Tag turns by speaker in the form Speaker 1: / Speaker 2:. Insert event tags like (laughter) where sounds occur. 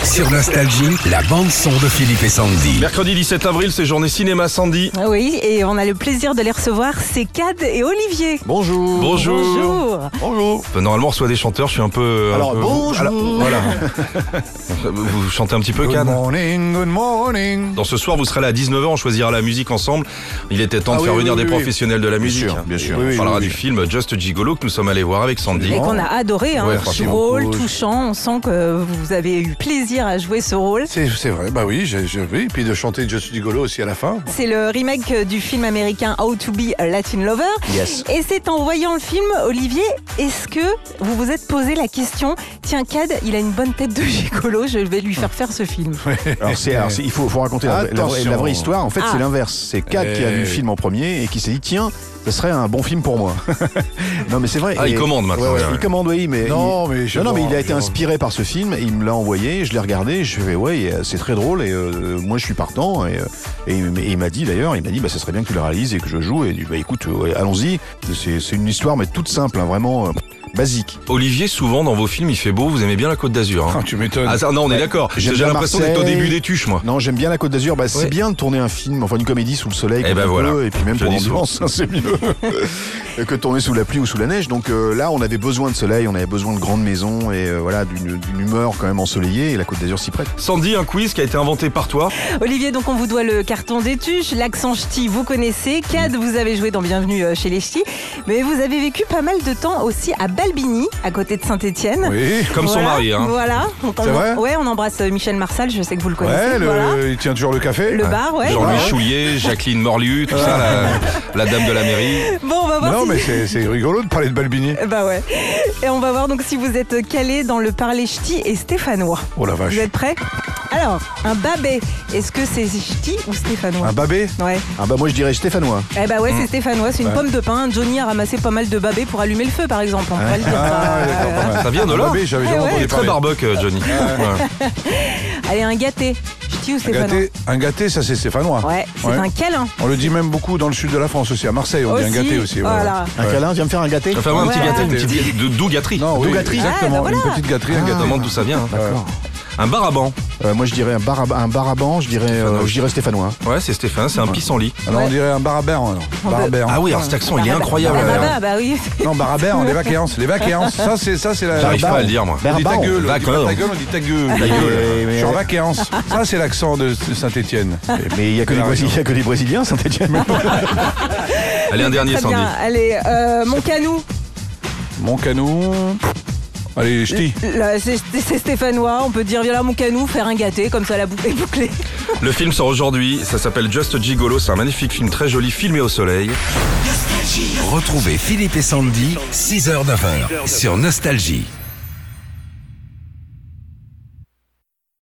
Speaker 1: Sur Nostalgie, la bande-son de Philippe et Sandy.
Speaker 2: Mercredi 17 avril, c'est journée cinéma Sandy.
Speaker 3: Ah Oui, et on a le plaisir de les recevoir, c'est Cad et Olivier.
Speaker 4: Bonjour.
Speaker 2: Bonjour.
Speaker 3: Bonjour.
Speaker 4: Bonjour.
Speaker 2: Euh, Normalement, on reçoit des chanteurs, je suis un peu. euh,
Speaker 4: Alors,
Speaker 2: un peu-
Speaker 4: bonjour.
Speaker 2: Alors, Voilà. vous vous chantez un petit peu,
Speaker 4: Good
Speaker 2: Cannes
Speaker 4: morning, good morning.
Speaker 2: Dans ce soir, vous serez là à 19h, on choisira la musique ensemble. Il était temps
Speaker 4: Ah
Speaker 2: de faire
Speaker 4: oui,
Speaker 2: venir
Speaker 4: oui,
Speaker 2: des
Speaker 4: oui,
Speaker 2: professionnels de la musique.
Speaker 4: sûr, bien sûr.
Speaker 2: On
Speaker 4: Oui, oui,
Speaker 2: parlera
Speaker 4: oui,
Speaker 2: du
Speaker 4: oui.
Speaker 2: film Just Gigolo que nous sommes allés voir avec Sandy.
Speaker 3: Et qu'on a adoré, hein,
Speaker 2: Ouais,
Speaker 3: ce
Speaker 2: franchement.
Speaker 3: rôle
Speaker 4: Cool.
Speaker 3: touchant, on sent que vous avez eu plaisir à jouer ce rôle.
Speaker 4: C'est c'est vrai, bah oui, j'ai j'ai- oui. Puis de chanter Je suis golo aussi à la fin.
Speaker 3: C'est le remake du film américain How to be a Latin Lover.
Speaker 4: Yes.
Speaker 3: Et c'est en voyant le film, Olivier, est-ce que vous vous êtes posé la question, tiens Cad, il a une bonne tête de gigolo, je vais lui faire faire ce film.
Speaker 5: Alors, c'est, alors, c'est- il faut, faut raconter la, la vraie,
Speaker 4: Attention.
Speaker 5: la vraie histoire. En fait,
Speaker 3: Ah.
Speaker 5: c'est l'inverse. C'est Kat qui
Speaker 4: Eh
Speaker 5: a vu le
Speaker 4: oui.
Speaker 5: film en premier et qui s'est dit tiens, ce serait un bon film pour moi. (laughs) non, mais c'est vrai.
Speaker 2: Ah, il commande maintenant,
Speaker 5: Ouais, ouais,
Speaker 2: ouais, ouais.
Speaker 5: Il commande, oui, mais
Speaker 4: Non,
Speaker 5: il,
Speaker 4: mais je
Speaker 5: non, non, mais
Speaker 4: vois,
Speaker 5: il a
Speaker 4: je
Speaker 5: été
Speaker 4: vois.
Speaker 5: inspiré par ce film. Et il me l'a envoyé. Je l'ai regardé. Je fais ouais, et, euh, c'est très drôle. Et euh, moi, je suis partant. Et, euh, et il m- et il m'a dit d'ailleurs, il m'a dit bah, ce serait bien que tu le réalises et que je joue. Et il dit, bah écoute, euh, ouais, allons-y. C'est, c'est une histoire mais toute simple, hein, vraiment euh, basique.
Speaker 2: Olivier, souvent dans vos films, il fait beau, vous aimez bien la Côte d'Azur. hein.
Speaker 4: Ah, tu m'étonnes.
Speaker 2: Ah, ça, non, on est d'accord. J'ai
Speaker 5: J'aime
Speaker 2: j'ai
Speaker 5: bien
Speaker 2: l'impression d'être au
Speaker 5: Marseille.
Speaker 2: début des tuches, moi.
Speaker 5: Non, j'aime bien la Côte d'Azur. Bah,
Speaker 2: Ouais.
Speaker 5: C'est bien de tourner un film, enfin une comédie sous le soleil,
Speaker 2: Eh
Speaker 5: quand
Speaker 2: ben
Speaker 5: il
Speaker 2: voilà.
Speaker 5: pleut, et puis même
Speaker 2: Je
Speaker 5: pour
Speaker 2: dis souvent.
Speaker 5: l'ambiance, (laughs) hein, c'est mieux (laughs) que de tourner sous la pluie ou sous la neige. Donc euh, là, on avait besoin de soleil, on avait besoin de grandes maisons et euh, voilà d'une d'une humeur quand même ensoleillée. Et la Côte d'Azur s'y prête.
Speaker 2: Sandy, un quiz qui a été inventé par toi.
Speaker 3: Olivier, donc on vous doit le carton des tuches, l'accent ch'ti, vous connaissez, Cad, vous avez joué dans Bienvenue euh, chez les ch'tis, mais vous avez vécu pas mal de temps aussi à Balbini, à côté de Saint-Étienne.
Speaker 4: Oui.
Speaker 2: Comme son mari, hein.
Speaker 3: Voilà. On, on-
Speaker 4: vrai
Speaker 3: ouais, on embrasse euh, Michel Marsal, je sais que vous le connaissez.
Speaker 4: Ouais, le- Ah,
Speaker 3: voilà.
Speaker 4: il tient toujours le café.
Speaker 3: Le bar, ouais.
Speaker 2: Jean-Louis
Speaker 3: Ouais.
Speaker 2: Chouillet, Jacqueline Morlieu, tout ça,
Speaker 4: (laughs)
Speaker 2: la, la dame de la mairie.
Speaker 3: Bon, on va voir
Speaker 4: Ah. Non,
Speaker 3: si...
Speaker 4: mais c'est c'est rigolo de parler de Balbini.
Speaker 3: Eh Bah ouais. Et on va voir donc si vous êtes calé dans le parler ch'ti et stéphanois.
Speaker 4: Oh la
Speaker 3: Vous
Speaker 4: vache.
Speaker 3: êtes prêts Alors, un babé, est-ce que c'est ch'ti ou stéphanois
Speaker 4: Un babé
Speaker 3: Ouais.
Speaker 5: Ah bah moi je dirais stéphanois.
Speaker 3: Eh bah
Speaker 4: Mm.
Speaker 3: ouais, c'est stéphanois, c'est une pomme de pain. Johnny a ramassé pas mal de babés pour allumer le feu, par exemple. On pourrait le dire.
Speaker 4: Ah, d'accord, pas mal.
Speaker 2: Ça vient de
Speaker 4: Un
Speaker 2: là.
Speaker 4: babé, j'avais
Speaker 3: Ouais,
Speaker 4: jamais
Speaker 3: ouais.
Speaker 4: entendu
Speaker 2: Il est très
Speaker 4: parler.
Speaker 2: barbuck, euh, Johnny. Ouais.
Speaker 3: Euh, Allez, un gâté, ch'ti ou
Speaker 4: Un
Speaker 3: stéphanois
Speaker 4: gâté, un gâté, ça c'est stéphanois.
Speaker 3: Ouais, c'est
Speaker 4: Ouais.
Speaker 3: un câlin.
Speaker 4: On le dit même beaucoup dans le sud de la France aussi, à Marseille, on dit un
Speaker 3: Aussi,
Speaker 4: gâté aussi. ouais. Ah,
Speaker 3: voilà.
Speaker 5: Un
Speaker 4: Ouais.
Speaker 5: câlin, viens me faire un gâté.
Speaker 2: Enfin, un petit
Speaker 3: Ouais.
Speaker 2: gâteau, une petite gâ- de doux gâterie.
Speaker 4: Non, oui,
Speaker 5: Dougatrie.
Speaker 4: exactement.
Speaker 3: Ah, bah voilà.
Speaker 4: Une petite gâterie, un
Speaker 2: Je me
Speaker 4: gâteau.
Speaker 2: demande d'où ça vient. hein. Un baraban.
Speaker 5: Euh, moi je dirais un bar à, un bar à banc, je dirais euh,
Speaker 2: Stéphanois.
Speaker 5: je dirais stéphanois.
Speaker 2: (laughs) Ouais, c'est Stéphane, c'est un pissenlit.
Speaker 4: Alors
Speaker 3: Ouais.
Speaker 4: on dirait un barabère. alors. Barabère.
Speaker 2: Ah oui, alors cet accent, il est incroyable.
Speaker 3: Ah bah, bah, bah oui.
Speaker 4: Non, barabère, les vacances. Les vacances, ça c'est ça c'est la.
Speaker 2: J'arrive pas à
Speaker 4: Barabère.
Speaker 2: le dire, moi.
Speaker 4: On dit ta
Speaker 5: Barabare.
Speaker 4: gueule, on dit pas
Speaker 2: Vacances.
Speaker 4: ta gueule, on dit ta gueule.
Speaker 2: Ta gueule.
Speaker 4: Euh, Je suis en vacances. Ça c'est l'accent de
Speaker 2: (laughs)
Speaker 4: Saint-Étienne.
Speaker 5: Mais il y a que
Speaker 4: Ah,
Speaker 5: des
Speaker 4: oui,
Speaker 5: Brésiliens, il y a que des Brésiliens, ça
Speaker 2: Allez, un dernier,
Speaker 3: Très
Speaker 2: Sandy.
Speaker 3: bien. Allez, euh, mon canou.
Speaker 4: Mon canon. Allez, ch'ti.
Speaker 3: Là, C'est c'est stéphanois, on peut dire viens là mon canou, faire un gâté, comme ça la boucle est bouclée.
Speaker 2: Le film sort aujourd'hui. Ça s'appelle Just Gigolo. C'est un magnifique film très joli, filmé au soleil.
Speaker 1: Retrouvez Philippe et Sandy, 6h-9h, sur Nostalgie.